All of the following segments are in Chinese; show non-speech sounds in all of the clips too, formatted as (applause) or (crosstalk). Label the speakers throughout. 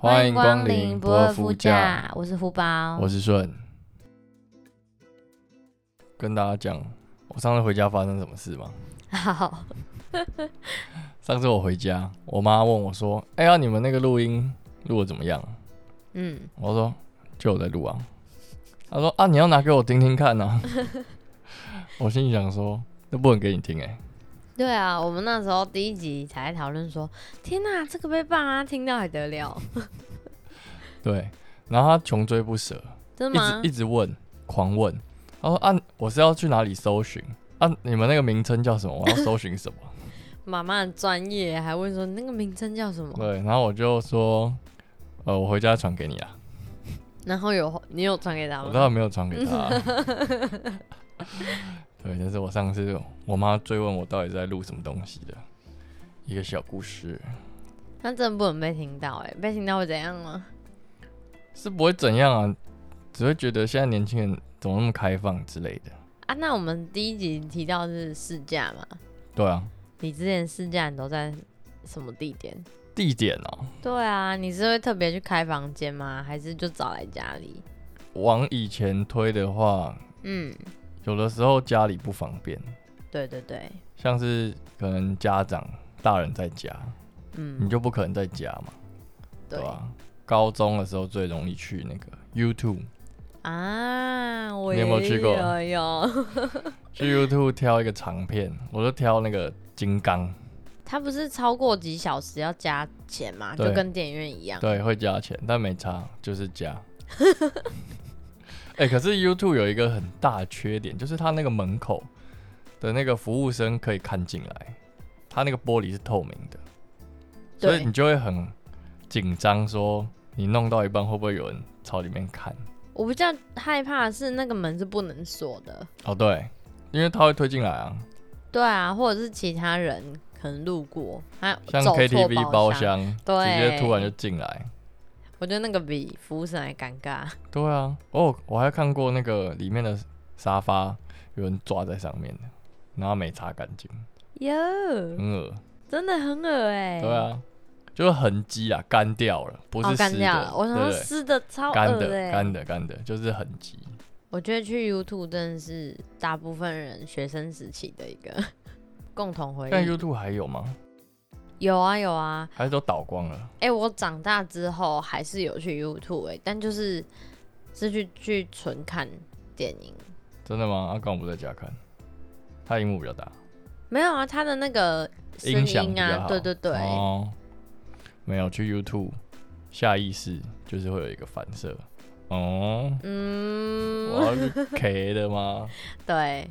Speaker 1: 欢迎光临不二夫家，
Speaker 2: 我是胡宝。
Speaker 1: 我是顺，跟大家讲，我上次回家发生什么事吗？
Speaker 2: 好，
Speaker 1: 上次我回家，我妈问我说：“哎呀，你们那个录音录的怎么样
Speaker 2: 嗯，？”
Speaker 1: 我说：“就有在录啊。”她说：“啊，你要拿给我听听看呐、 (laughs) 啊。”我心里想说：“那不能给你听哎、
Speaker 2: 对啊，我们那时候第一集才讨论说，天哪、这个被爸妈听到还得了？
Speaker 1: 对，然后她穷追不舍，
Speaker 2: 真
Speaker 1: 一
Speaker 2: 的吗
Speaker 1: 直一？直问，狂问。她说：“啊，我是要去哪里搜寻？啊，你们那个名称叫什么？我要搜寻什么？”
Speaker 2: 妈妈很专业，还问说那个名称叫什么？
Speaker 1: 对，然后我就说，呃，我回家传给你啊，
Speaker 2: 然后有你有传给他
Speaker 1: 我
Speaker 2: 吗？
Speaker 1: 当然没有传给他啊、对，这是我上次我妈追问我到底在录什么东西的一个小故事，
Speaker 2: 他真的不能被听到、哎，被听到会怎样吗？
Speaker 1: 是不会怎样啊，只会觉得现在年轻人怎么那么开放之类的。
Speaker 2: 啊，那我们第一集提到是试驾嘛，
Speaker 1: 对啊，
Speaker 2: 你之前试驾你都在什么地点？
Speaker 1: 地点哦、
Speaker 2: 对啊，你是会特别去开房间吗？还是就找来家里？
Speaker 1: 往以前推的话，
Speaker 2: 嗯，
Speaker 1: 有的时候家里不方便，
Speaker 2: 对对对，
Speaker 1: 像是可能家长大人在家，
Speaker 2: 嗯，
Speaker 1: 你就不可能在家嘛。
Speaker 2: 对
Speaker 1: 对啊吧、高中的时候最容易去那个
Speaker 2: (clears throat)
Speaker 1: YouTube，
Speaker 2: 啊，我
Speaker 1: 你有没有
Speaker 2: 也
Speaker 1: 去过
Speaker 2: 有有， (laughs)
Speaker 1: 去 YouTube 挑一个长片，我就挑那个《金刚》，
Speaker 2: 它不是超过几小时要加钱吗？就
Speaker 1: 对
Speaker 2: 跟电影院一样。
Speaker 1: 对，会加钱，但没差，就是加。 (laughs) 哎、可是 YouTube 有一个很大的缺点，就是它那个门口的那个服务生可以看进来，它那个玻璃是透明的，所以
Speaker 2: 对
Speaker 1: 你就会很紧张，说你弄到一半会不会有人朝里面看？
Speaker 2: 我比较害怕的是那个门是不能锁的。
Speaker 1: 哦，对，因为它会推进来啊，
Speaker 2: 对啊，或者是其他人可能路过，还
Speaker 1: 像
Speaker 2: 走错
Speaker 1: KTV 包
Speaker 2: 包，
Speaker 1: 厢，直
Speaker 2: 对
Speaker 1: 接突然就进来。
Speaker 2: 我觉得那个比服务生还尴尬。
Speaker 1: 对啊，哦，我还看过那个里面的沙发有人抓在上面的，然后没擦干净，
Speaker 2: 哟，
Speaker 1: 很恶。
Speaker 2: 真的很恶哎、
Speaker 1: 对，啊，就是痕迹啊，干掉了，不
Speaker 2: 哦
Speaker 1: 是，
Speaker 2: 干
Speaker 1: 湿
Speaker 2: 掉
Speaker 1: 的
Speaker 2: 了。，我想说
Speaker 1: 对不对
Speaker 2: 湿的超恶
Speaker 1: 干
Speaker 2: 哎、
Speaker 1: 的，干的，干的，就是痕迹。
Speaker 2: 我觉得去 YouTube 真的是大部分人学生时期的一个 (laughs) 共同回
Speaker 1: 现在
Speaker 2: 忆。
Speaker 1: YouTube 还有吗？
Speaker 2: 有啊有啊，
Speaker 1: 还是都倒光了？
Speaker 2: 哎、我长大之后还是有去 YouTube 哎、但就是是去去纯看电影，
Speaker 1: 真的吗？阿刚我不在家看，他荧幕比较大，
Speaker 2: 没有啊，他的那个声
Speaker 1: 音响比
Speaker 2: 音
Speaker 1: 较
Speaker 2: 啊，
Speaker 1: 好。
Speaker 2: 对对对，
Speaker 1: 哦，没有去 YouTube，下意识就是会有一个反射。哦，我
Speaker 2: 嗯，
Speaker 1: 要去 K 的吗？
Speaker 2: 对，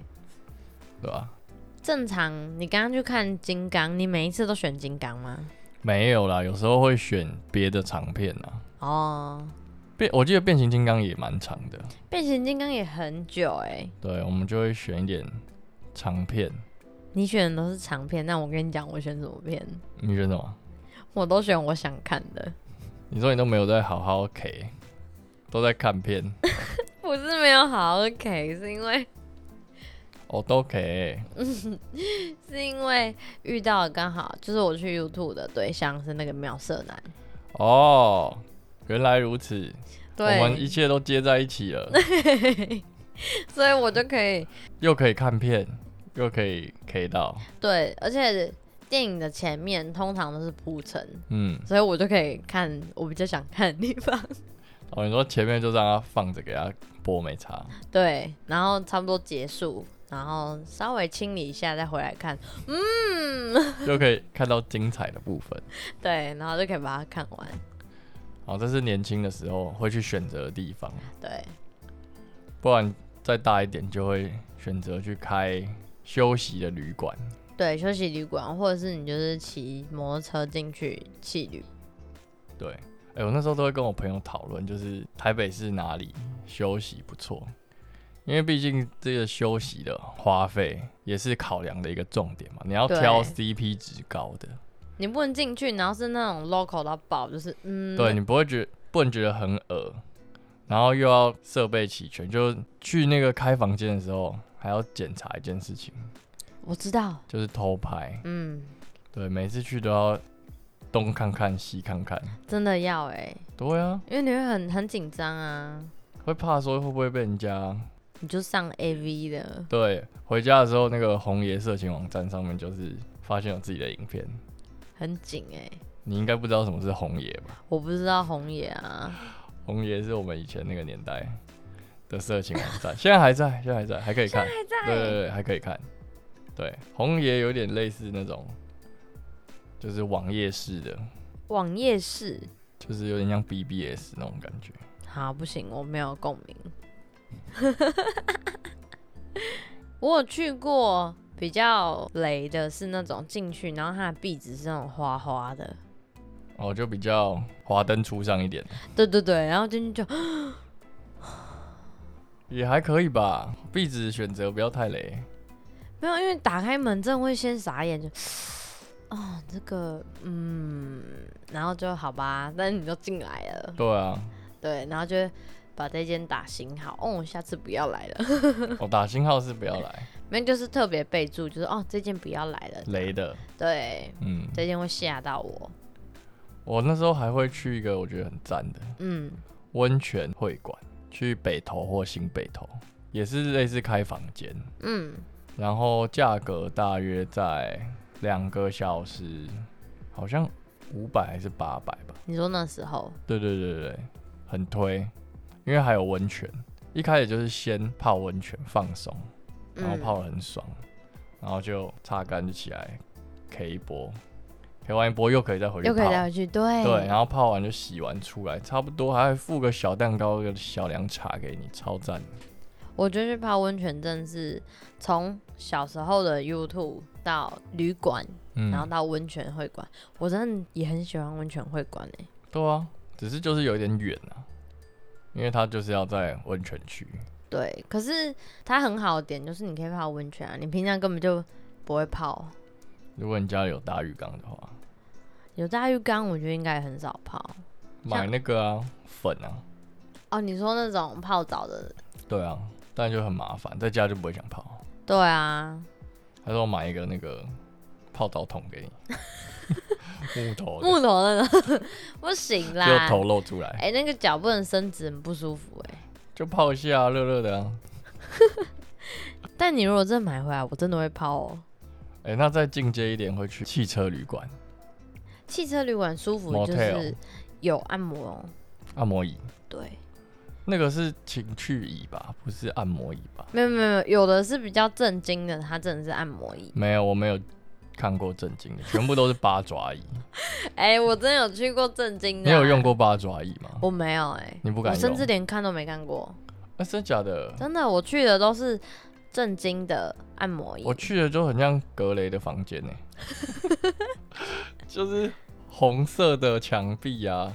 Speaker 1: 对吧、
Speaker 2: 正常。你刚刚去看金刚，你每一次都选金刚吗？
Speaker 1: 没有啦，有时候会选别的长片啊。
Speaker 2: 哦，
Speaker 1: 变，我记得变形金刚也蛮长的，
Speaker 2: 变形金刚也很久哎、
Speaker 1: 对，我们就会选一点长片。
Speaker 2: 你选的都是长片，那我跟你讲，我选什么片，
Speaker 1: 你选什么？
Speaker 2: 我都选我想看的，
Speaker 1: 你说你都没有在好好 K，都在看片，
Speaker 2: 不是没有好好 K，是因为
Speaker 1: 哦，都 K，
Speaker 2: 是因为遇到了刚好就是我去 YouTube 的对象是那个秒色男，
Speaker 1: 哦，原来如此，我们一
Speaker 2: 对，
Speaker 1: 切都接在一起了，
Speaker 2: (laughs) 所以我就可以
Speaker 1: 又可以看片，又可以 K 到，
Speaker 2: 对，而且电影的前面通常都是铺陈，
Speaker 1: 嗯，
Speaker 2: 所以我就可以看我比较想看的地方， (laughs)
Speaker 1: 哦，你说前面就让它放着给它播没差，
Speaker 2: 对，然后差不多结束，然后稍微清理一下再回来看， (laughs) 嗯，
Speaker 1: 又可以看到精彩的部分。
Speaker 2: 对，然后就可以把它看完，
Speaker 1: 好，这是年轻的时候会去选择的地方。
Speaker 2: 对，
Speaker 1: 不然再大一点就会选择去开休息的旅馆。
Speaker 2: 对，休息旅馆或者是你就是骑摩托车进去骑旅，
Speaker 1: 对，哎、我那时候都会跟我朋友讨论，就是台北市哪里休息不错，因为毕竟这个休息的花费也是考量的一个重点嘛。你要
Speaker 2: 对
Speaker 1: 挑 CP 值高的，
Speaker 2: 你不能进去，然后是那种 local 到爆，就是嗯，
Speaker 1: 对你不会觉不能觉得很恶，然后又要设备齐全。就去那个开房间的时候，还要检查一件事情，
Speaker 2: 我知道，
Speaker 1: 就是偷拍。
Speaker 2: 嗯，
Speaker 1: 对，每次去都要东看看西看看。
Speaker 2: 真的要哎、
Speaker 1: 对啊，
Speaker 2: 因为你会很很紧张啊，
Speaker 1: 会怕说会不会被人家
Speaker 2: 你就上 AV 的
Speaker 1: 对回家的时候，那个红爷色情网站上面就是发现有自己的影片。
Speaker 2: 很紧哎、
Speaker 1: 你应该不知道什么是红爷吧？
Speaker 2: 我不知道红野啊，
Speaker 1: 红爷是我们以前那个年代的色情网站， (laughs) 现在还在，现在还在，还可以看。
Speaker 2: 还
Speaker 1: 对对对，还可以看。对，红爷有点类似那种，就是网页式的，
Speaker 2: 网页式，
Speaker 1: 就是有点像 BBS 那种感觉。
Speaker 2: 好不行，我没有共鸣。 (laughs) 我有去过比较雷的是那种进去，然后它的壁纸是那种花花的，
Speaker 1: 哦，就比较华灯初上一点，
Speaker 2: 对对对，然后进去就 (gasps)
Speaker 1: 也还可以吧。壁纸选择不要太雷，
Speaker 2: 没有，因为打开门真的会先傻眼，就 (gasps) 哦这个嗯，然后就好吧，但是你就进来了，
Speaker 1: 对啊，
Speaker 2: 对，然后就会把这间打醒好，哦，下次不要来了， (laughs)
Speaker 1: (laughs) 我打星号是不要来
Speaker 2: 没有就是特别备注，就是哦这间不要来了，
Speaker 1: 雷的，
Speaker 2: 对，
Speaker 1: 嗯，
Speaker 2: 这间会吓到我，
Speaker 1: 我那时候还会去一个我觉得很赞的
Speaker 2: 嗯。
Speaker 1: 温泉会馆，去北投或新北投，也是类似开房间，
Speaker 2: 嗯，
Speaker 1: 然后价格大约在两个小时，好像五百还是八百吧。
Speaker 2: 你说那时候，
Speaker 1: 对对对对，很推，因为还有温泉。一开始就是先泡温泉放松，然后
Speaker 2: 嗯，
Speaker 1: 泡得很爽，然后就擦干就起来 K 一波，K 完一波又可以再回去
Speaker 2: 又可以哎
Speaker 1: 泡。
Speaker 2: 带回去，对
Speaker 1: 对，然后泡完就洗完出来，差不多还会附个小蛋糕、个小凉茶给你，超赞。
Speaker 2: 我觉得去泡温泉真的是从小时候的 YouTube 到旅馆，
Speaker 1: 嗯
Speaker 2: 然后到温泉会馆，我真的也很喜欢温泉会馆欸诶、
Speaker 1: 对啊，只是就是有点远啊，因为它就是要在温泉区。
Speaker 2: 对，可是它很好的点就是你可以泡温泉啊，你平常根本就不会泡。
Speaker 1: 如果你家里有大浴缸的话，
Speaker 2: 有大浴缸，我觉得应该也很少泡。
Speaker 1: 买那个啊粉啊，
Speaker 2: 哦，你说那种泡澡的，
Speaker 1: 对啊，但就很麻烦，在家就不会想泡。
Speaker 2: 对啊，
Speaker 1: 他说我买一个那个泡澡桶给
Speaker 2: (laughs)
Speaker 1: 你，木头的，
Speaker 2: 木头的呢 (laughs) 不行
Speaker 1: 就
Speaker 2: 啦。
Speaker 1: 头露出来，
Speaker 2: 哎、那个脚不能伸直，很不舒服哎、
Speaker 1: 就泡一下啊热热的啊。
Speaker 2: 但你如果真的买回来，我真的会泡哦。
Speaker 1: 哎、那再进阶一点，会去汽车旅馆、
Speaker 2: 汽车旅馆舒服
Speaker 1: Motel
Speaker 2: 就是有按摩，哦
Speaker 1: 按摩椅，
Speaker 2: 对，
Speaker 1: 那个是情趣椅吧，不是按摩椅吧？
Speaker 2: 没有没有没有，有的是比较震惊的，它真的是按摩椅。
Speaker 1: 没有，我没有看过正经的，全部都是八爪
Speaker 2: (laughs)
Speaker 1: 椅。
Speaker 2: 哎、我真的有去过震惊的、啊
Speaker 1: 你有用？过八爪椅吗？
Speaker 2: 我没有哎、
Speaker 1: 你不敢
Speaker 2: 我
Speaker 1: 用
Speaker 2: 甚至连看都没看过。
Speaker 1: 啊，真假的？
Speaker 2: 真的，我去的都是震惊的按摩椅
Speaker 1: 我。去了就很像格雷的房间呢、就是红色的墙壁啊，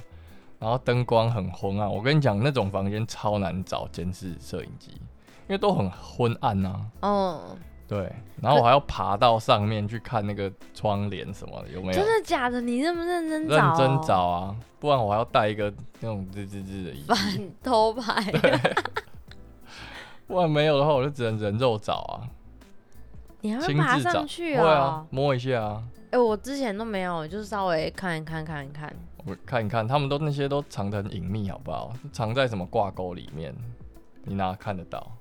Speaker 1: 然后灯光很昏暗。我跟你讲，那种房间超难找监视摄影机，因为都很昏暗啊。
Speaker 2: 哦，
Speaker 1: 对，然后我还要爬到上面去看那个窗帘什么的有没有
Speaker 2: 真，的假的？你认不认真找、哦
Speaker 1: 认真。找啊，不然我还要带一个那种吱吱吱的仪器，
Speaker 2: (laughs) 反偷
Speaker 1: (laughs)
Speaker 2: 拍，
Speaker 1: 不然没有的话我就只能人肉找啊，
Speaker 2: 你还会
Speaker 1: 亲
Speaker 2: 爬
Speaker 1: 自找，
Speaker 2: 上去
Speaker 1: 会
Speaker 2: 哦
Speaker 1: 啊？，摸一下啊。
Speaker 2: 哎、我之前都没有，就是稍微看一看看一看。
Speaker 1: 我看一看，他们都那些都藏得很隐秘，好不好？藏在什么挂钩里面，你哪看得到？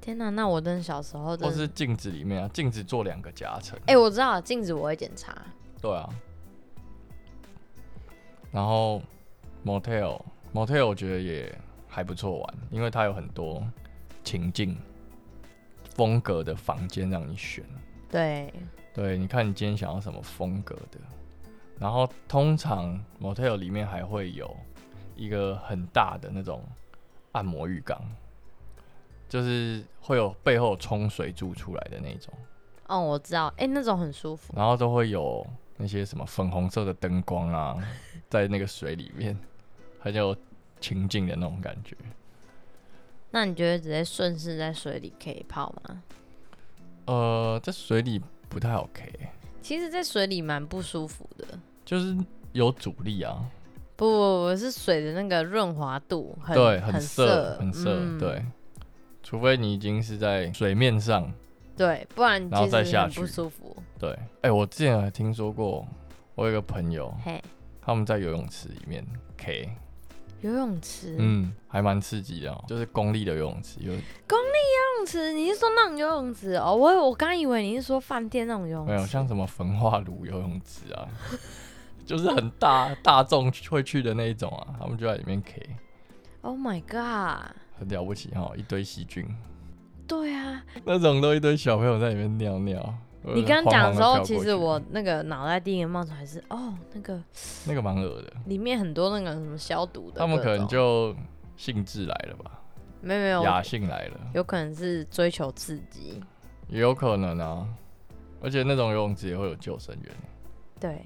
Speaker 2: 天哪，那我真的小时候真
Speaker 1: 或
Speaker 2: 的
Speaker 1: 是镜子里面啊，镜子做两个夹层，
Speaker 2: 哎、我知道了镜子我会检查，
Speaker 1: 对啊。然后 motel motel 我觉得也还不错玩，因为它有很多情境风格的房间让你选。
Speaker 2: 对，
Speaker 1: 对，你看你今天想要什么风格的，然后通常 motel 里面还会有一个很大的那种按摩浴缸，就是会有背后冲水柱出来的那种，
Speaker 2: 哦，我知道，哎、那种很舒服，
Speaker 1: 然后都会有那些什么粉红色的灯光啊，在那个水里面很有情境的那种感觉。
Speaker 2: 那你觉得直接顺势在水里可以泡吗？
Speaker 1: 呃，在水里不太 OK，
Speaker 2: 其实，在水里蛮不舒服的，
Speaker 1: 就是有阻力啊，
Speaker 2: 不不不，是水的那个润滑度很
Speaker 1: 对，
Speaker 2: 很
Speaker 1: 涩，很涩，
Speaker 2: 嗯
Speaker 1: 对。除非你已经是在水面上，
Speaker 2: 对，不然
Speaker 1: 然后
Speaker 2: 其
Speaker 1: 再
Speaker 2: 实
Speaker 1: 下
Speaker 2: 很
Speaker 1: 去
Speaker 2: 不舒服。
Speaker 1: 对。哎、我之前还听说过我有个朋友，
Speaker 2: 嘿，
Speaker 1: 他们在游泳池里面 K，
Speaker 2: 游泳池，
Speaker 1: 嗯，还蛮刺激的、哦，就是公立的游泳池，有
Speaker 2: 游泳池，你是说那种游泳池哦？我以我刚以为你是说饭店那种游
Speaker 1: 没
Speaker 2: 泳
Speaker 1: 有
Speaker 2: 池，
Speaker 1: 像什么焚化炉游泳池啊， (laughs) 就是很大大众会去的那一种啊，他们就在里面 K，
Speaker 2: Oh my god！
Speaker 1: 很了不起哈、一堆细菌，
Speaker 2: 对啊，
Speaker 1: 那种都一堆小朋友在里面尿尿。或者
Speaker 2: 你刚刚讲的时
Speaker 1: 慌
Speaker 2: 候，
Speaker 1: 慌地飘
Speaker 2: 其
Speaker 1: 过
Speaker 2: 实
Speaker 1: 去
Speaker 2: 我那个脑袋第一个冒出来是哦，那个
Speaker 1: 那个蛮恶的，
Speaker 2: 里面很多那个什么消毒的各
Speaker 1: 他
Speaker 2: 种，
Speaker 1: 们可能就兴致来了吧，
Speaker 2: 没有没有，
Speaker 1: 雅兴来了，
Speaker 2: 有可能是追求刺激，
Speaker 1: 也有可能啊。而且那种游泳池也会有救生员，
Speaker 2: 对，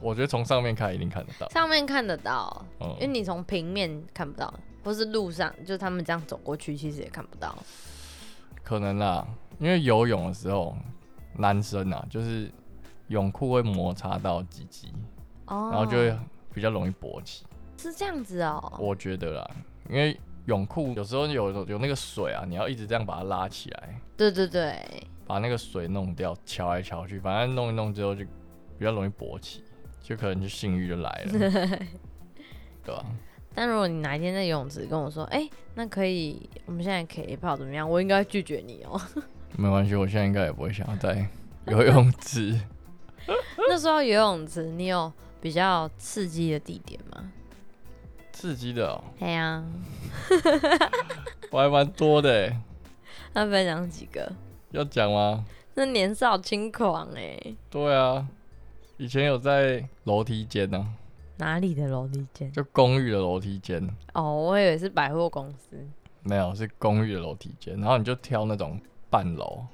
Speaker 1: 我觉得从上面看一定看得到。
Speaker 2: 上面看得到，因为
Speaker 1: 哦嗯，
Speaker 2: 你从平面看不到，或是路上，就他们这样走过去，其实也看不到。
Speaker 1: 可能啦，因为游泳的时候，男生啊，就是泳裤会摩擦到鸡鸡，
Speaker 2: 哦，
Speaker 1: 然后就会比较容易勃起。
Speaker 2: 是这样子哦。
Speaker 1: 我觉得啦，因为泳裤有时候有有那个水啊，你要一直这样把它拉起来，
Speaker 2: 对对对，
Speaker 1: 把那个水弄掉，瞧来瞧去，反正弄一弄之后就比较容易勃起，就可能就性欲就来了，对啊吧、
Speaker 2: 但如果你哪一天在游泳池跟我说，哎、那可以，我们现在可以泡怎么样？我应该拒绝你哦。 (laughs)
Speaker 1: 没关系，我现在应该也不会想要在游泳池。
Speaker 2: 那时候游泳池，你有比较刺激的地点吗？
Speaker 1: 刺激的、哦，
Speaker 2: 对啊呀、
Speaker 1: 我还蛮多的欸，
Speaker 2: 那分享几个？
Speaker 1: 要讲吗？
Speaker 2: 那年少轻狂哎、
Speaker 1: 对啊，以前有在楼梯间呢、
Speaker 2: 哪里的楼梯间？
Speaker 1: 就公寓的楼梯间，
Speaker 2: 哦，我以为是百货公司。
Speaker 1: 没有是公寓的楼梯间，然后你就挑那种半楼，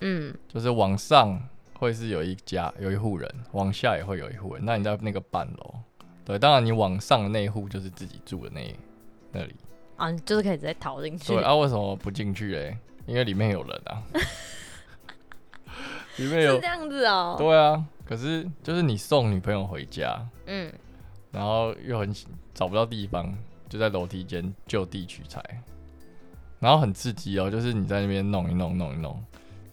Speaker 2: 嗯，
Speaker 1: 就是往上会是有一家有一户人，往下也会有一户人。那你在那个半楼，对，当然你往上的那一户就是自己住的那那里。
Speaker 2: 啊，你就是可以直接逃进去
Speaker 1: 对。啊，为什么不进去嘞？因为里面有人
Speaker 2: (laughs)
Speaker 1: 啊，里面
Speaker 2: 是
Speaker 1: 有
Speaker 2: 这样子哦、
Speaker 1: 哎对啊。可是就是你送女朋友回家，
Speaker 2: 嗯，
Speaker 1: 然后又很找不到地方，就在楼梯间就地取材，然后很刺激哦，就是你在那边弄一弄弄一弄，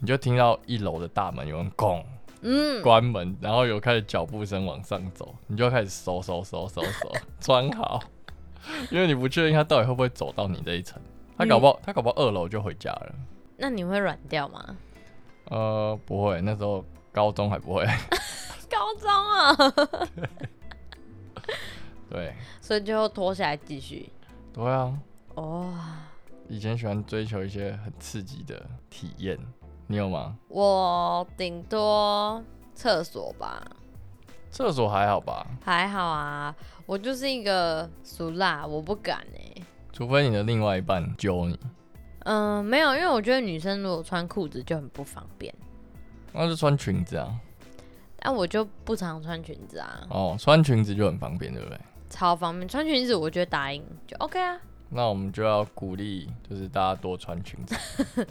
Speaker 1: 你就听到一楼的大门有人拱。(laughs)
Speaker 2: 嗯，
Speaker 1: 关门，然后有开始脚步声往上走，你就开始收收收收收穿好，因为你不确定他到底会不会走到你这一层，他搞不好他搞不好二楼就回家了。
Speaker 2: 那你会软掉吗？
Speaker 1: 呃，不会，那时候高中还不会， (laughs)
Speaker 2: 高中啊， (laughs)
Speaker 1: 对
Speaker 2: 所以最后脱下来继续。
Speaker 1: 对啊，
Speaker 2: 哦，
Speaker 1: 以前喜欢追求一些很刺激的体验，你有吗？
Speaker 2: 我顶多厕所吧，
Speaker 1: 厕所还好吧，
Speaker 2: 还好啊。我就是一个俗辣，我不敢哎、
Speaker 1: 除非你的另外一半揪你，
Speaker 2: 嗯、没有，因为我觉得女生如果穿裤子就很不方便，
Speaker 1: 那就穿裙子啊。
Speaker 2: 但我就不常穿裙子啊，
Speaker 1: 哦，穿裙子就很方便，对不对？
Speaker 2: 超方便。穿裙子我觉得打印就 OK 啊。
Speaker 1: 那我们就要鼓励，就是大家多穿裙子。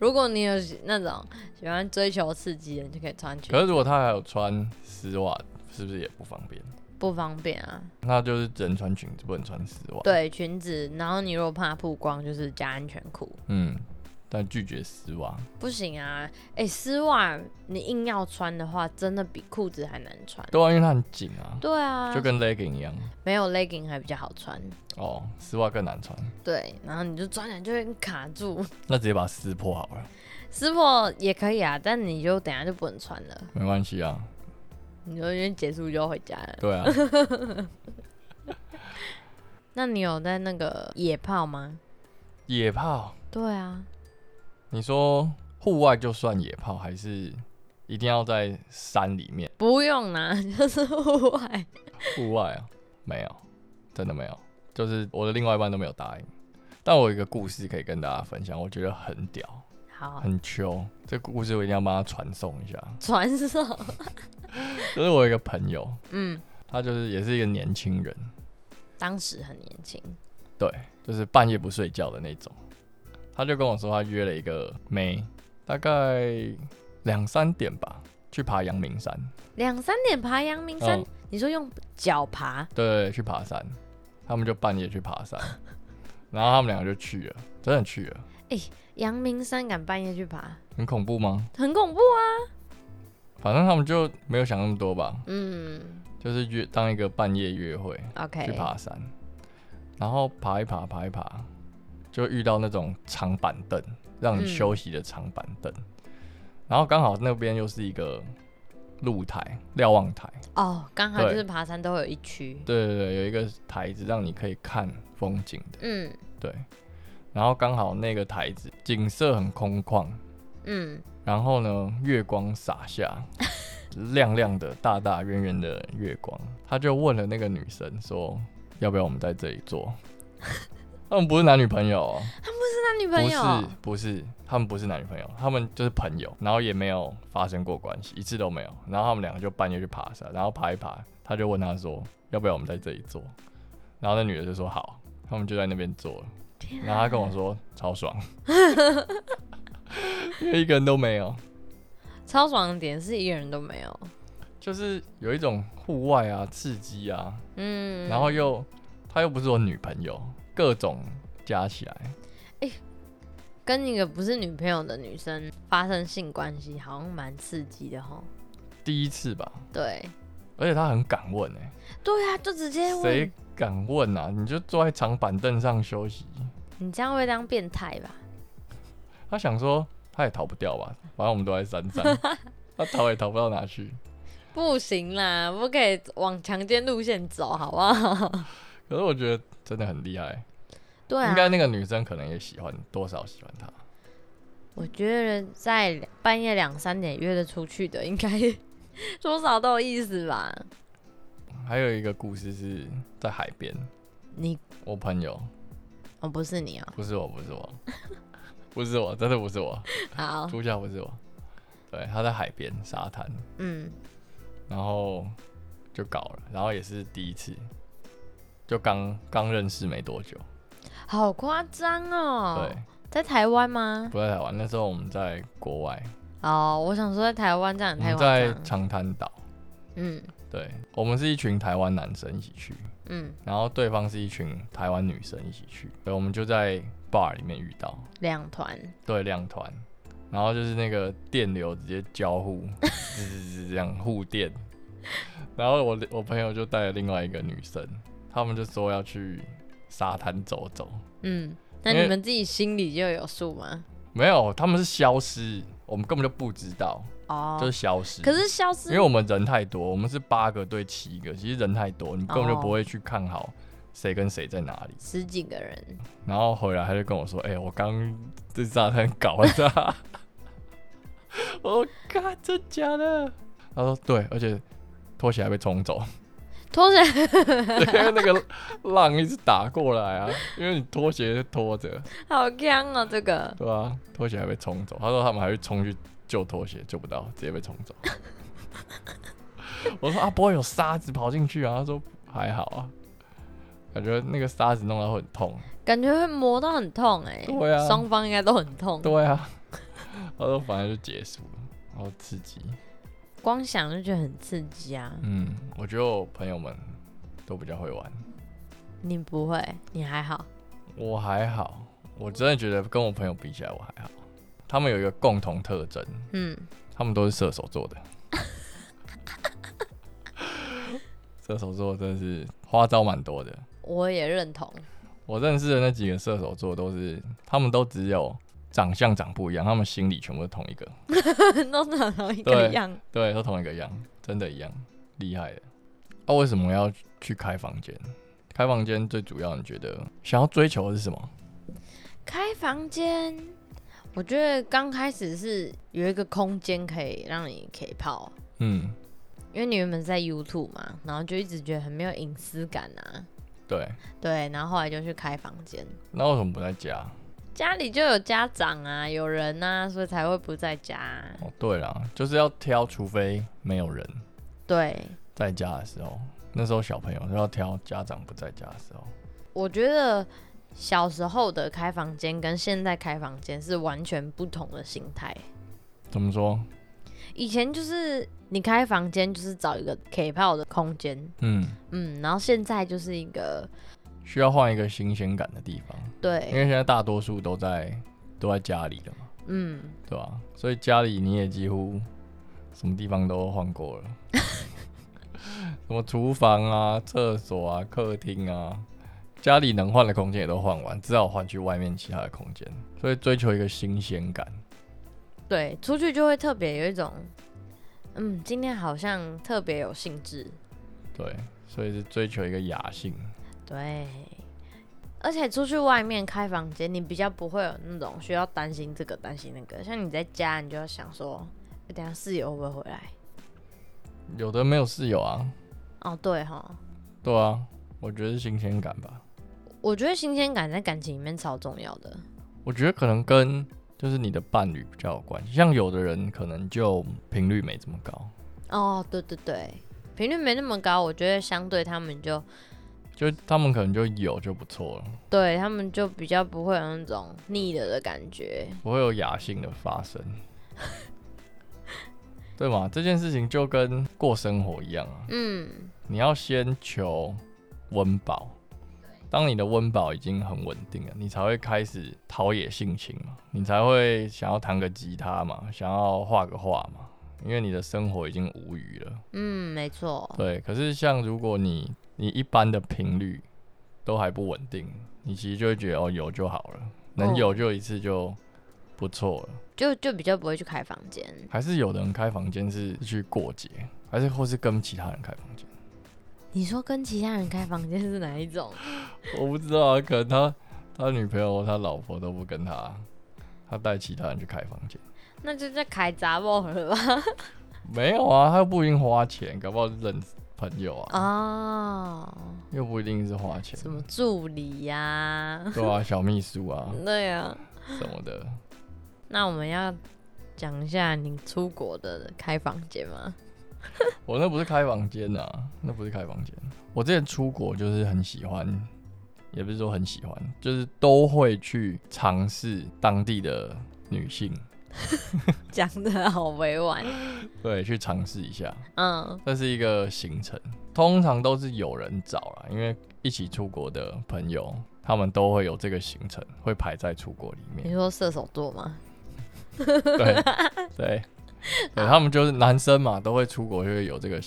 Speaker 2: 如果你有那种喜欢追求刺激的，你就可以穿裙
Speaker 1: 可
Speaker 2: 子，
Speaker 1: 是如果他还有穿丝袜，是不是也不方便？
Speaker 2: 不方便啊。
Speaker 1: 那就是只能穿裙子，不能穿丝袜。，
Speaker 2: 对，裙子，然后你如果怕曝光，就是加安全裤。
Speaker 1: 嗯，但拒绝丝袜，
Speaker 2: 不行啊，哎、丝袜你硬要穿的话，真的比裤子还难穿。
Speaker 1: 对啊，因为它很紧啊，
Speaker 2: 对啊，
Speaker 1: 就跟 legging 一样。
Speaker 2: 没有 legging 还比较好穿。
Speaker 1: 哦，丝袜更难穿，
Speaker 2: 对，然后你就穿起来就会卡住， (laughs)
Speaker 1: 那直接把它撕破好了，
Speaker 2: 撕破也可以啊，但你就等一下就不能穿了，
Speaker 1: 没关系啊。
Speaker 2: 你就因为结束就回家了。
Speaker 1: 对啊，
Speaker 2: 那你有在那个野炮吗？
Speaker 1: 野炮，
Speaker 2: 对啊，
Speaker 1: 你说户外就算野炮，还是一定要在山里面？
Speaker 2: 不用啦， (laughs) 就是户外。
Speaker 1: 户外啊，没有，真的没有，就是我的另外一半都没有答应。但我有一个故事可以跟大家分享，我觉得很屌。
Speaker 2: 好，
Speaker 1: 很秋，这故事我一定要帮他传送一下。 (laughs)
Speaker 2: 传授，
Speaker 1: 就是我有一个朋友，
Speaker 2: (laughs) 嗯，
Speaker 1: 他就是也是一个年轻人，
Speaker 2: 当时很年轻，
Speaker 1: 对，就是半夜不睡觉的那种。他就跟我说，他约了一个妹，大概两三点吧，去爬阳明山。
Speaker 2: 两三点爬阳明山，
Speaker 1: 嗯
Speaker 2: 你说用脚爬，
Speaker 1: 对，去爬山，他们就半夜去爬山， (laughs) 然后他们两个就去了，真的去了，
Speaker 2: 阳明山敢半夜去爬，
Speaker 1: 很恐怖吗？
Speaker 2: 很恐怖啊！
Speaker 1: 反正他们就没有想那么多吧，
Speaker 2: 嗯
Speaker 1: 就是约当一个半夜约会去
Speaker 2: ，OK，
Speaker 1: 爬山，然后爬一爬爬一爬，就遇到那种长板凳，让你
Speaker 2: 嗯
Speaker 1: 休息的长板凳，然后刚好那边又是一个露台瞭望台，
Speaker 2: 哦，刚好就
Speaker 1: 对
Speaker 2: 是爬山都会有一区，
Speaker 1: 对对对，有一个台子让你可以看风景的，
Speaker 2: 嗯
Speaker 1: 对，然后刚好那个台子景色很空旷，
Speaker 2: 嗯，
Speaker 1: 然后呢，月光洒下，亮亮的、大大圆圆的月光。他就问了那个女生说：“要不要我们在这里坐？”他们不是男女朋友、哦，
Speaker 2: 那女朋
Speaker 1: 不
Speaker 2: 友
Speaker 1: 是，不是，他们不是男女朋友，他们就是朋友，然后也没有发生过关系，一次都没有。然后他们两个就半夜去爬山，然后爬一爬，他就问她说：“要不要我们在这里坐？”然后那女的就说：“好。”他们就在那边坐了。
Speaker 2: 天啊
Speaker 1: 然后他跟我说：“超爽，因为一个人都没有。”
Speaker 2: 超爽的点是一个人都没有，
Speaker 1: 就是有一种户外啊、刺激啊，
Speaker 2: 嗯，
Speaker 1: 然后又她又不是我女朋友，各种加起来，
Speaker 2: 跟一个不是女朋友的女生发生性关系，好像蛮刺激的吼。
Speaker 1: 第一次吧，
Speaker 2: 对，
Speaker 1: 而且她很敢问哎、
Speaker 2: 对啊，就直接
Speaker 1: 谁
Speaker 2: 问
Speaker 1: 敢问啊？你就坐在长板凳上休息。
Speaker 2: 你这样会当变态吧？
Speaker 1: 她想说，她也逃不掉
Speaker 2: (laughs)
Speaker 1: 吧，反正我们都在山上，她逃也逃不到哪去。
Speaker 2: 不行啦，不可以往强奸路线走，好不好？
Speaker 1: 可是我觉得真的很厉害，
Speaker 2: (laughs) 对啊
Speaker 1: 应，该那个女生可能也喜欢，多少喜欢她。
Speaker 2: 我觉得在半夜两三点约得出去的，应该 (laughs) 多少都有意思吧。
Speaker 1: 还有一个故事是在海边，
Speaker 2: 你
Speaker 1: 我朋友
Speaker 2: 哦，不是你哦，
Speaker 1: 不是我，不是
Speaker 2: (laughs)
Speaker 1: 我，不是我，真的不是我。
Speaker 2: 好，
Speaker 1: 主角不是我，对，他在海边沙滩，
Speaker 2: 嗯
Speaker 1: 然后就搞了，然后也是第一次，就刚刚认识没多久，
Speaker 2: 好夸张哦。
Speaker 1: 对，
Speaker 2: 在台湾吗？
Speaker 1: 不在台湾，那时候我们在国外，
Speaker 2: 哦，我想说在台湾这样
Speaker 1: 我
Speaker 2: 也太
Speaker 1: 们
Speaker 2: 夸
Speaker 1: 在
Speaker 2: 张。
Speaker 1: 长滩岛，
Speaker 2: 嗯
Speaker 1: 对，我们是一群台湾男生一起去，
Speaker 2: 嗯，
Speaker 1: 然后对方是一群台湾女生一起去，对，我们就在 bar 里面遇到，
Speaker 2: 两团。
Speaker 1: 对，两团，然后就是那个电流直接交互，滋 (laughs) 滋滋这样互电。然后我我朋友就带了另外一个女生，他们就说要去沙滩走走，
Speaker 2: 嗯，那
Speaker 1: 因为
Speaker 2: 你们自己心里就有数吗？
Speaker 1: 没有，他们是消失，我们根本就不知道，
Speaker 2: 哦，
Speaker 1: 就是消失。
Speaker 2: 可是消
Speaker 1: 因为
Speaker 2: 失
Speaker 1: 我们人太多，我们是八个对七个，其实人太多，你根本就
Speaker 2: 哦
Speaker 1: 不会去看好谁跟谁在哪里。
Speaker 2: 十几个人，
Speaker 1: 然后回来他就跟我说：“哎、我刚在沙滩搞了他。”我说靠，真假的？他说对，而且拖鞋还被冲走，
Speaker 2: 拖鞋
Speaker 1: 对，因为那个浪一直打过来啊，因为你拖鞋就拖着，
Speaker 2: 好香哦，这个
Speaker 1: 对啊，拖鞋还被冲走。他说他们还会冲去救拖鞋，救不到，直接被冲走。 (laughs) 我说啊，不会有沙子跑进去啊？他说还好啊，感觉那个沙子弄到会很痛。
Speaker 2: 感觉会磨到很痛哎、
Speaker 1: 对啊
Speaker 2: 双方应该都很痛，
Speaker 1: 对啊，他说反正就结束了，好刺激。
Speaker 2: 光想就觉得很刺激啊。
Speaker 1: 嗯，我觉得我朋友们都比较会玩，
Speaker 2: 你不会，你还好，
Speaker 1: 我还好，我真的觉得跟我朋友比起来我还好。他们有一个共同特征，
Speaker 2: 嗯，
Speaker 1: 他们都是射手座的。 (laughs) 射手座真的是花招蛮多的。
Speaker 2: 我也认同。 (laughs)
Speaker 1: 我认识的那几个射手座都是，他们都只有长相长不一样，他们心里全部是同一个，
Speaker 2: 都长同一个
Speaker 1: 对
Speaker 2: 样。
Speaker 1: 对，都同一个样，真的一样，厉害的。那、为什么要去开房间？开房间最主要，你觉得想要追求的是什么？
Speaker 2: 开房间，我觉得刚开始是有一个空间可以让你可以泡，
Speaker 1: 嗯，
Speaker 2: 因为你原本是在 YouTube 嘛，然后就一直觉得很没有隐私感啊。
Speaker 1: 对。
Speaker 2: 对，然后后来就去开房间，
Speaker 1: 那为什么不在家？
Speaker 2: 家里就有家长啊，有人啊，所以才会不在家、
Speaker 1: 哦，对啦，就是要挑，除非没有人
Speaker 2: 对，
Speaker 1: 在家的时候，那时候小朋友都要挑家长不在家的时候。
Speaker 2: 我觉得小时候的开房间跟现在开房间是完全不同的心态。
Speaker 1: 怎么说？
Speaker 2: 以前就是你开房间就是找一个可以泡的空间，
Speaker 1: 嗯，
Speaker 2: 嗯，然后现在就是一个
Speaker 1: 需要换一个新鲜感的地方，因
Speaker 2: 对，
Speaker 1: 为现在大多数都在都在家里了嘛，
Speaker 2: 嗯，
Speaker 1: 对吧、所以家里你也几乎什么地方都换过了，什么厨房啊、厕所啊、客厅啊，家里能换的空间也都换完，只好换去外面其他的空间，所以追求一个新鲜感。
Speaker 2: 对，出去就会特别有一种，嗯，今天好像特别有兴致。
Speaker 1: 对，所以是追求一个雅兴。
Speaker 2: 对，而且出去外面开房间，你比较不会有那种需要担心这个担心那个。像你在家，你就要想说，诶等一下室友会不会回来？
Speaker 1: 有的没有室友啊，
Speaker 2: 哦，对哈，
Speaker 1: 对啊，我觉得是新鲜感吧。
Speaker 2: 我觉得新鲜感在感情里面超重要的。
Speaker 1: 我觉得可能跟就是你的伴侣比较有关系，像有的人可能就频率没这么高，
Speaker 2: 哦，对对对，频率没那么高，我觉得相对他们就
Speaker 1: 就他们可能就有就不错了，
Speaker 2: 对他们就比较不会有那种腻了的感觉。
Speaker 1: 不会有雅性的发生，对吗？这件事情就跟过生活一样啊，
Speaker 2: 嗯，
Speaker 1: 你要先求温饱，当你的温饱已经很稳定了，你才会开始陶冶性情嘛，你才会想要弹个吉他嘛，想要画个画嘛，因为你的生活已经无余了。
Speaker 2: 嗯，没错。
Speaker 1: 对，可是像如果你你一般的频率都还不稳定，你其实就会觉得哦有就好了，能
Speaker 2: 哦
Speaker 1: 有就一次就不错了。
Speaker 2: 就就比较不会去开房间。
Speaker 1: 还是有的人开房间是是去过节，还是或是跟其他人开房间，
Speaker 2: 你说跟其他人开房间是哪一种？
Speaker 1: 我不知道啊，可能他他女朋友他老婆都不跟他，他带其他人去开房间。
Speaker 2: 那就在开杂货了吧？
Speaker 1: 没有啊，他又不一定花钱，搞不好是认识朋友啊，
Speaker 2: 哦，
Speaker 1: 又不一定是花钱，
Speaker 2: 什么助理呀、
Speaker 1: 对啊，小秘书啊
Speaker 2: 对呀、
Speaker 1: 什么的。
Speaker 2: 那我们要讲一下你出国的开房间吗？ (laughs)
Speaker 1: 我那不是开房间呐、啊，那不是开房间。我之前出国就是很喜欢，也不是说很喜欢，就是都会去尝试当地的女性，
Speaker 2: 讲的好委
Speaker 1: (laughs)
Speaker 2: 婉。
Speaker 1: 对，去尝试一下。
Speaker 2: 嗯
Speaker 1: 这是一个行程，通常都是有人找啦，因为一起出国的朋友，他们都会有这个行程，会排在出国里
Speaker 2: 你 (laughs)
Speaker 1: 面。
Speaker 2: 说射手座吗？
Speaker 1: 对对对，他们就是男生嘛，都会出国就会有这个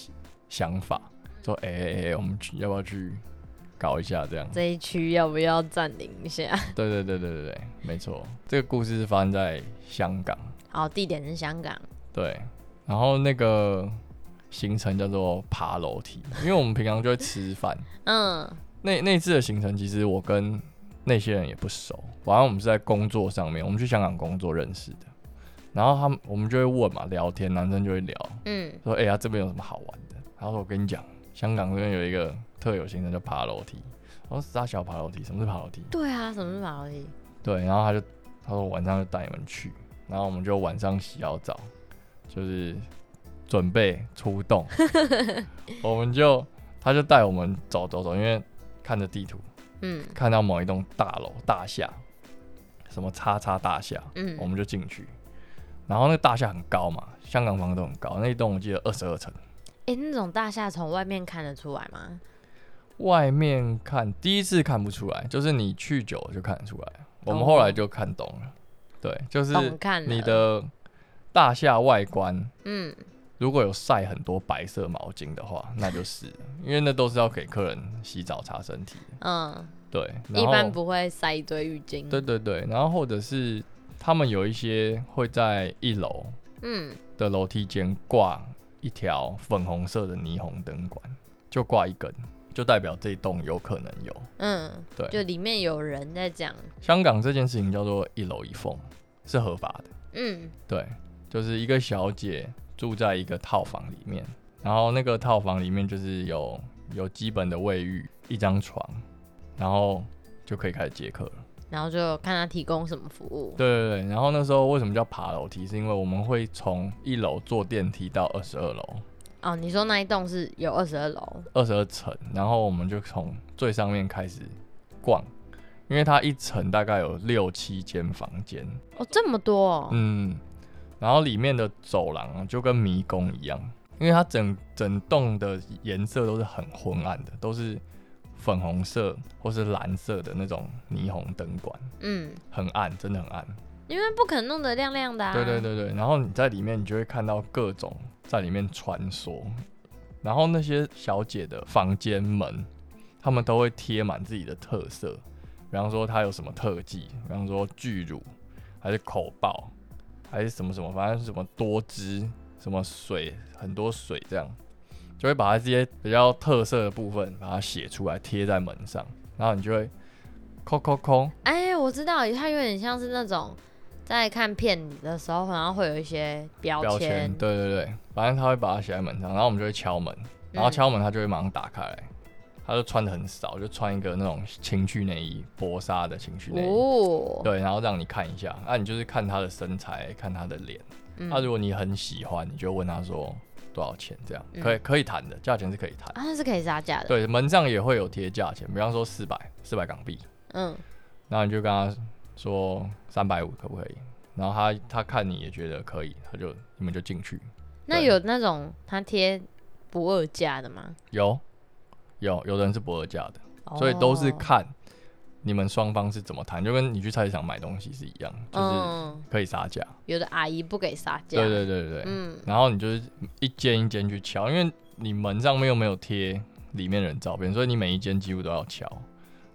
Speaker 1: 想法，说哎哎哎，我们去要不要去搞一下这样？
Speaker 2: 这一区要不要占领一下？ (laughs)
Speaker 1: 对对对对对对，没错，这个故事是发生在香港，
Speaker 2: 好，地点是香港。
Speaker 1: 对，然后那个行程叫做爬楼梯，因为我们平常就会吃饭，
Speaker 2: 嗯
Speaker 1: 那那次的行程其实我跟那些人也不熟，反正我们是在工作上面，我们去香港工作认识的，然后他们我们就会问嘛，聊天，男生就会聊，
Speaker 2: 嗯，
Speaker 1: 说哎呀、这边有什么好玩的？然后说我跟你讲，香港这边有一个特有行程叫爬楼梯，我说啥小爬楼梯？什么是爬楼梯？
Speaker 2: 对啊，什么是马楼梯？
Speaker 1: 对，然后他就他说晚上就带你们去，然后我们就晚上洗好澡，就是准备出动，我们就他就带我们走走走，因为看着地图
Speaker 2: 嗯
Speaker 1: 看到某一栋大楼大厦，什么叉叉大厦，我
Speaker 2: 嗯，
Speaker 1: 们就进去，然后那个大厦很高嘛，香港房都很高，那一栋我记得二十二层，
Speaker 2: 哎、那种大厦从外面看得出来吗？
Speaker 1: 外面看第一次看不出来，就是你去久了就看得出来，我们
Speaker 2: 哦
Speaker 1: 后来就看懂了，对，就是
Speaker 2: 懂看了
Speaker 1: 你的大厦外观
Speaker 2: 嗯，
Speaker 1: 如果有晒很多白色毛巾的话，那就是了因为那都是要给客人洗澡擦身体的。
Speaker 2: 嗯，
Speaker 1: 对，然
Speaker 2: 一
Speaker 1: 后
Speaker 2: 般不会塞一堆浴巾。
Speaker 1: 对，对对，然后或者是他们有一些会在一楼
Speaker 2: 嗯，
Speaker 1: 的楼梯间挂一条粉红色的霓虹灯管，就挂一根，就代表这一栋有可能有。
Speaker 2: 嗯，
Speaker 1: 对，
Speaker 2: 就里面有人在讲，
Speaker 1: 香港这件事情叫做一楼一凤，是合法的。
Speaker 2: 嗯
Speaker 1: 对，就是一个小姐住在一个套房里面，然后那个套房里面就是有有基本的卫浴、一张床，然后就可以开始接客了。
Speaker 2: 然后就看他提供什么服务。
Speaker 1: 对对对，然后那时候为什么叫爬楼梯？是因为我们会从一楼坐电梯到二十二楼，
Speaker 2: 哦，你说那一栋是有二十二楼，
Speaker 1: 二十二层，然后我们就从最上面开始逛，因为它一层大概有六七间房间，
Speaker 2: 哦，这么多、哦，
Speaker 1: 嗯，然后里面的走廊啊，就跟迷宫一样，因为它整整栋的颜色都是很昏暗的，都是粉红色或是蓝色的那种霓虹灯管，
Speaker 2: 嗯，
Speaker 1: 很暗，真的很暗。
Speaker 2: 因为不可能弄得亮亮的啊。
Speaker 1: 对对，对对，然后你在里面，你就会看到各种在里面穿梭，然后那些小姐的房间门，他们都会贴满自己的特色，比方说她有什么特技，比方说巨乳，还是口爆，还是什么什么，反正是什么多汁，什么水很多水这样，就会把它这些比较特色的部分把它写出来贴在门上，然后你就会扣扣扣，
Speaker 2: 哎，我知道，它有点像是那种在看片的时候，然后会有一些标
Speaker 1: 标
Speaker 2: 签
Speaker 1: 签，，对对对，反正他会把它写在门上，然后我们就会敲门，
Speaker 2: 嗯
Speaker 1: 然后敲门他就会马上打开来，他就穿的很少，就穿一个那种情趣内衣，薄纱的情趣内衣，
Speaker 2: 哦，
Speaker 1: 对，然后让你看一下，啊那、你就是看他的身材，看他的脸，那、
Speaker 2: 嗯
Speaker 1: 啊如果你很喜欢，你就问他说多少钱，这样
Speaker 2: 嗯
Speaker 1: 可以可以谈的，价钱是可以谈，
Speaker 2: 啊，那是可以杀价的，，
Speaker 1: 对，门上也会有贴价钱，比方说四百四百港币，
Speaker 2: 嗯，
Speaker 1: 然后你就跟他说三百五可不可以，然后他他看你也觉得可以，他就你们就进去。
Speaker 2: 那有那种它贴不二价的吗？
Speaker 1: 有，有有的人是不二价的，所以都是
Speaker 2: 哦
Speaker 1: 看你们双方是怎么谈，就跟你去菜市场买东西是一样，就是
Speaker 2: 嗯，
Speaker 1: 可以杀价。
Speaker 2: 有的阿姨不给杀价，
Speaker 1: 对对对对对。
Speaker 2: 嗯，
Speaker 1: 然后你就是一间一间去敲，因为你门上面又没有贴里面人照片，所以你每一间几乎都要敲。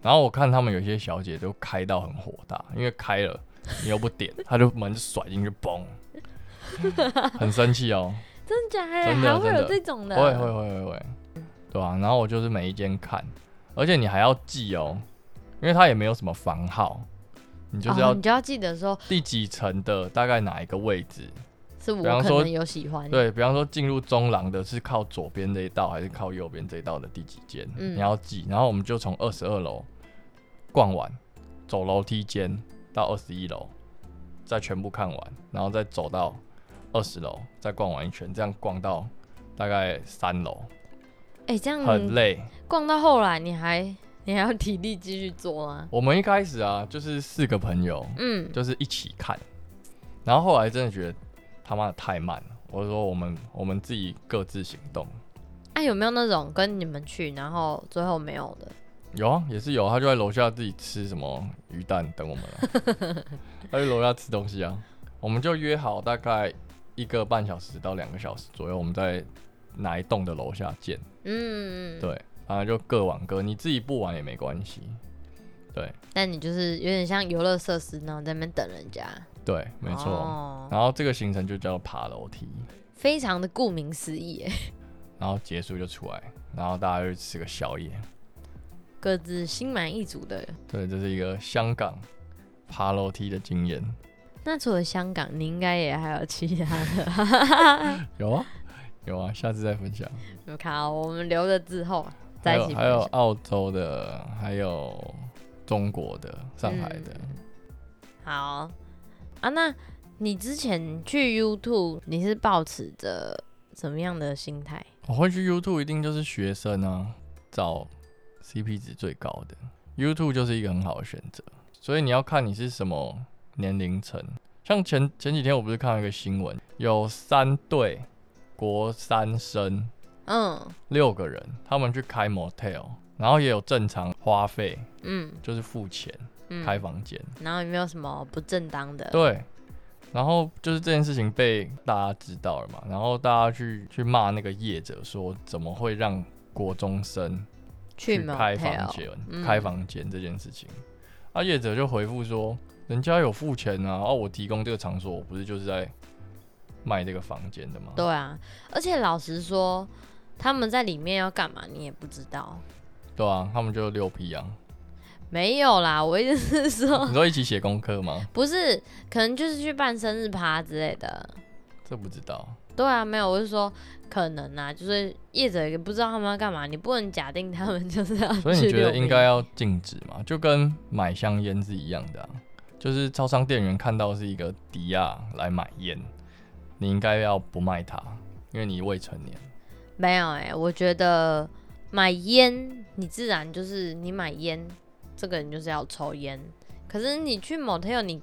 Speaker 1: 然后我看他们有些小姐都开到很火大，因为开了你又不点，她就门就甩进去，嘣， (laughs) 很生气哦。
Speaker 2: 真假的？
Speaker 1: 真的
Speaker 2: 还会
Speaker 1: 真
Speaker 2: 有
Speaker 1: 的
Speaker 2: 这种的？
Speaker 1: 会会会会会，对啊，然后我就是每一间看，而且你还要记哦，因为它也没有什么房号，你就是
Speaker 2: 哦、
Speaker 1: 要
Speaker 2: 你就要记得说，
Speaker 1: 第几层的大概哪一个位置。
Speaker 2: 是我
Speaker 1: 比方
Speaker 2: 可
Speaker 1: 说
Speaker 2: 能有喜欢，，
Speaker 1: 对比方说进入中廊的是靠左边这一道还是靠右边这一道的第几间，
Speaker 2: 嗯
Speaker 1: 你要记。然后我们就从二十二楼逛完，走楼梯间到二十一楼，再全部看完，然后再走到二十楼，再逛完一圈，这样逛到大概三楼，
Speaker 2: 哎、这
Speaker 1: 很
Speaker 2: 样
Speaker 1: 累。
Speaker 2: 逛到后来，你还 (laughs) 你还要体力继续做吗？
Speaker 1: 我们一开始啊，就是四个朋友，
Speaker 2: 嗯，
Speaker 1: 就是一起看，然后后来真的觉得他妈的太慢了。我说我们我们自己各自行动，
Speaker 2: 啊，有没有那种跟你们去，然后最后没有的？
Speaker 1: 有啊，也是有啊，他就在楼下自己吃什么鱼蛋等我们啊，他去楼下吃东西啊。我们就约好大概一个半小时到两个小时左右，我们在哪一栋的楼下见。
Speaker 2: 嗯，。
Speaker 1: 对，反正就各玩各，你自己不玩也没关系。对
Speaker 2: 但你就是有点像游乐设施，然后在那边等人家。
Speaker 1: 对，没错。
Speaker 2: 哦、
Speaker 1: 然后这个行程就叫做爬楼梯。
Speaker 2: 非常的顾名思义耶，
Speaker 1: 然后结束就出来，然后大家就吃个宵夜。
Speaker 2: 各自心满意足的。
Speaker 1: 对，这是一个香港爬楼梯的经验。
Speaker 2: 那除了香港，你应该也还有其他的。
Speaker 1: 有啊，有啊，下次再分享。
Speaker 2: 我 (laughs) 看，我们留着之后
Speaker 1: 还
Speaker 2: 再一
Speaker 1: 有
Speaker 2: 起
Speaker 1: 还
Speaker 2: 分
Speaker 1: 有
Speaker 2: 享。
Speaker 1: 澳洲的，还有中国的，上海的。
Speaker 2: 嗯好啊，那你之前去 YouTube，你是抱持着什么样的心态？
Speaker 1: 我会去 YouTube，一定就是学生啊，找 CP 值最高的。YouTube 就是一个很好的选择，所以你要看你是什么年龄层。像前前几天我不是看到一个新闻，有三对国三生，
Speaker 2: 嗯
Speaker 1: 六个人，他们去开 motel，然后也有正常花费，
Speaker 2: 嗯
Speaker 1: 就是付钱
Speaker 2: 嗯，
Speaker 1: 开房间，
Speaker 2: 然后有没有什么不正当的？
Speaker 1: 对。然后就是这件事情被大家知道了嘛，然后大家去去骂那个业者说怎么会让国中生
Speaker 2: 去
Speaker 1: 去开
Speaker 2: motel
Speaker 1: 房间、
Speaker 2: 嗯
Speaker 1: 开房间这件事情，啊业者就回复说人家有付钱啊，哦、我提供这个场所，我不是就是在卖这个房间的吗？
Speaker 2: 对啊，而且老实说，他们在里面要干嘛你也不知道。
Speaker 1: 对啊，他们就六批啊，
Speaker 2: 没有啦，我意思是说，
Speaker 1: 你说一起写功课吗？
Speaker 2: 不是，可能就是去办生日趴之类的。
Speaker 1: 这不知道。
Speaker 2: 对啊，没有，我是说可能啊，就是业者也不知道他们要干嘛，你不能假定他们就是要
Speaker 1: (laughs)
Speaker 2: 去。
Speaker 1: 所以你觉得应该？要禁止嘛？就跟买香烟是一样的、啊，就是超商店员看到是一个迪亚来买烟，你应该要不卖它，因为你未成年。
Speaker 2: 没有哎、我觉得买烟，你自然就是你买烟，这个人就是要抽烟。可是你去 motel，你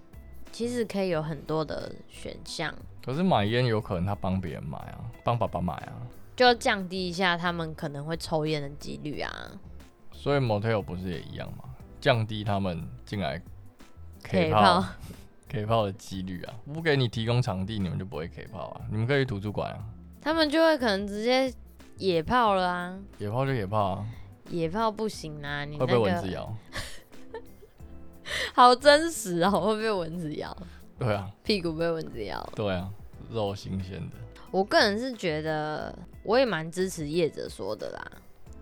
Speaker 2: 其实可以有很多的选项，
Speaker 1: 可是买烟有可能他帮别人买啊，帮爸爸买啊，
Speaker 2: 就降低一下他们可能会抽烟的几率啊。
Speaker 1: 所以 motel 不是也一样吗？降低他们进来 K
Speaker 2: 炮
Speaker 1: 炮 K 炮的几率啊，不给你提供场地，你们就不会 K 炮啊。你们可以去图书馆啊，
Speaker 2: 他们就会可能直接野炮了啊，
Speaker 1: 野炮就野炮啊，
Speaker 2: 野炮不行啊，你那
Speaker 1: 会被蚊子
Speaker 2: 个
Speaker 1: 咬。
Speaker 2: (laughs) 好真实哦，会被蚊子咬，
Speaker 1: 对啊，
Speaker 2: 屁股被蚊子咬。
Speaker 1: 对啊，肉新鲜的，
Speaker 2: 我个人是觉得，我也蛮支持业者说的啦。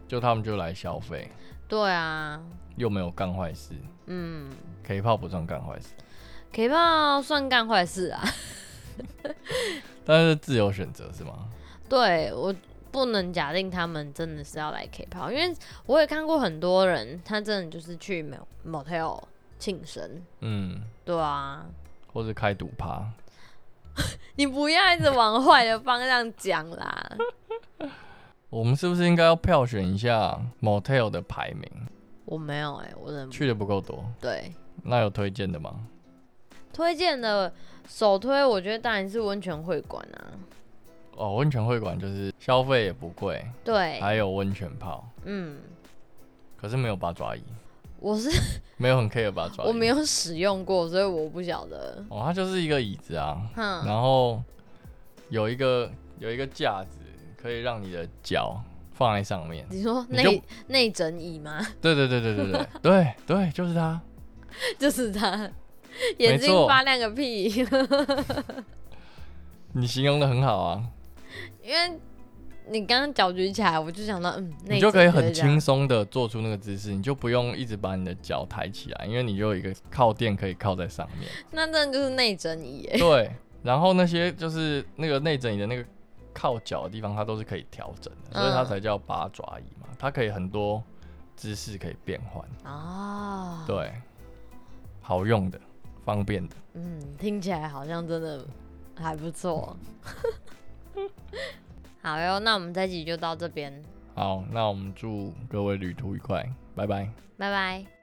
Speaker 1: 就他们就来消费，
Speaker 2: 对啊，
Speaker 1: 又没有干坏事
Speaker 2: 嗯
Speaker 1: ，K 炮不算干坏事，
Speaker 2: ，K 炮算干坏事啊。 (laughs)
Speaker 1: 但是自由选择是吗？
Speaker 2: 对我不能假定他们真的是要来 K 炮，因为我也看过很多人，他真的就是去某 motel 庆生。
Speaker 1: 嗯，
Speaker 2: 对啊，
Speaker 1: 或是开赌趴，
Speaker 2: 你不要一直往坏的方向讲啦。
Speaker 1: 我们是不是应该要票选一下 motel 的排名？
Speaker 2: 我没有哎、我真的
Speaker 1: 去的不够多，
Speaker 2: 对
Speaker 1: 那有推荐的吗？
Speaker 2: 推荐的首推，我觉得当然是温泉会馆啊。
Speaker 1: 哦，温泉会馆就是消费也不贵，
Speaker 2: 对，
Speaker 1: 还有温泉泡，
Speaker 2: 嗯，
Speaker 1: 可是没有八爪鱼，
Speaker 2: 我是
Speaker 1: 没有很 care 八爪鱼。
Speaker 2: 哦我没有使用过，所以我不晓得。
Speaker 1: 哦，它就是一个椅子啊，
Speaker 2: 哼，
Speaker 1: 然后有一个有一个架子，可以让你的脚放在上面。
Speaker 2: 你说
Speaker 1: 你就
Speaker 2: 内内整椅吗？
Speaker 1: 对对对对对
Speaker 2: (laughs)
Speaker 1: 对对对，就是它。
Speaker 2: 就是他，
Speaker 1: 没
Speaker 2: 眼睛
Speaker 1: 错
Speaker 2: 发亮个屁。
Speaker 1: 你形容的很好啊，
Speaker 2: 因为你刚刚脚举起来，我就想到，嗯，那
Speaker 1: 你
Speaker 2: 一
Speaker 1: 就可以
Speaker 2: 整
Speaker 1: 很
Speaker 2: 就这样
Speaker 1: 轻，松的做出那个姿势，你就不用一直把你的脚抬起来，因为你就有一个靠垫可以靠在上
Speaker 2: (laughs)
Speaker 1: 面。
Speaker 2: 那真的就是内整椅耶。
Speaker 1: 对，然后那些就是那个内整椅的那个靠脚的地方，它都是可以调整的，所以它
Speaker 2: 嗯
Speaker 1: 才叫八爪椅嘛。它可以很多姿势可以变换，
Speaker 2: 哦啊，，
Speaker 1: 对，好用的，方便的。
Speaker 2: 嗯，听起来好像真的还
Speaker 1: (laughs)
Speaker 2: 不错。好哟，那我们这集就到这边，
Speaker 1: 好，那我们祝各位旅途愉快，拜拜。
Speaker 2: 拜拜。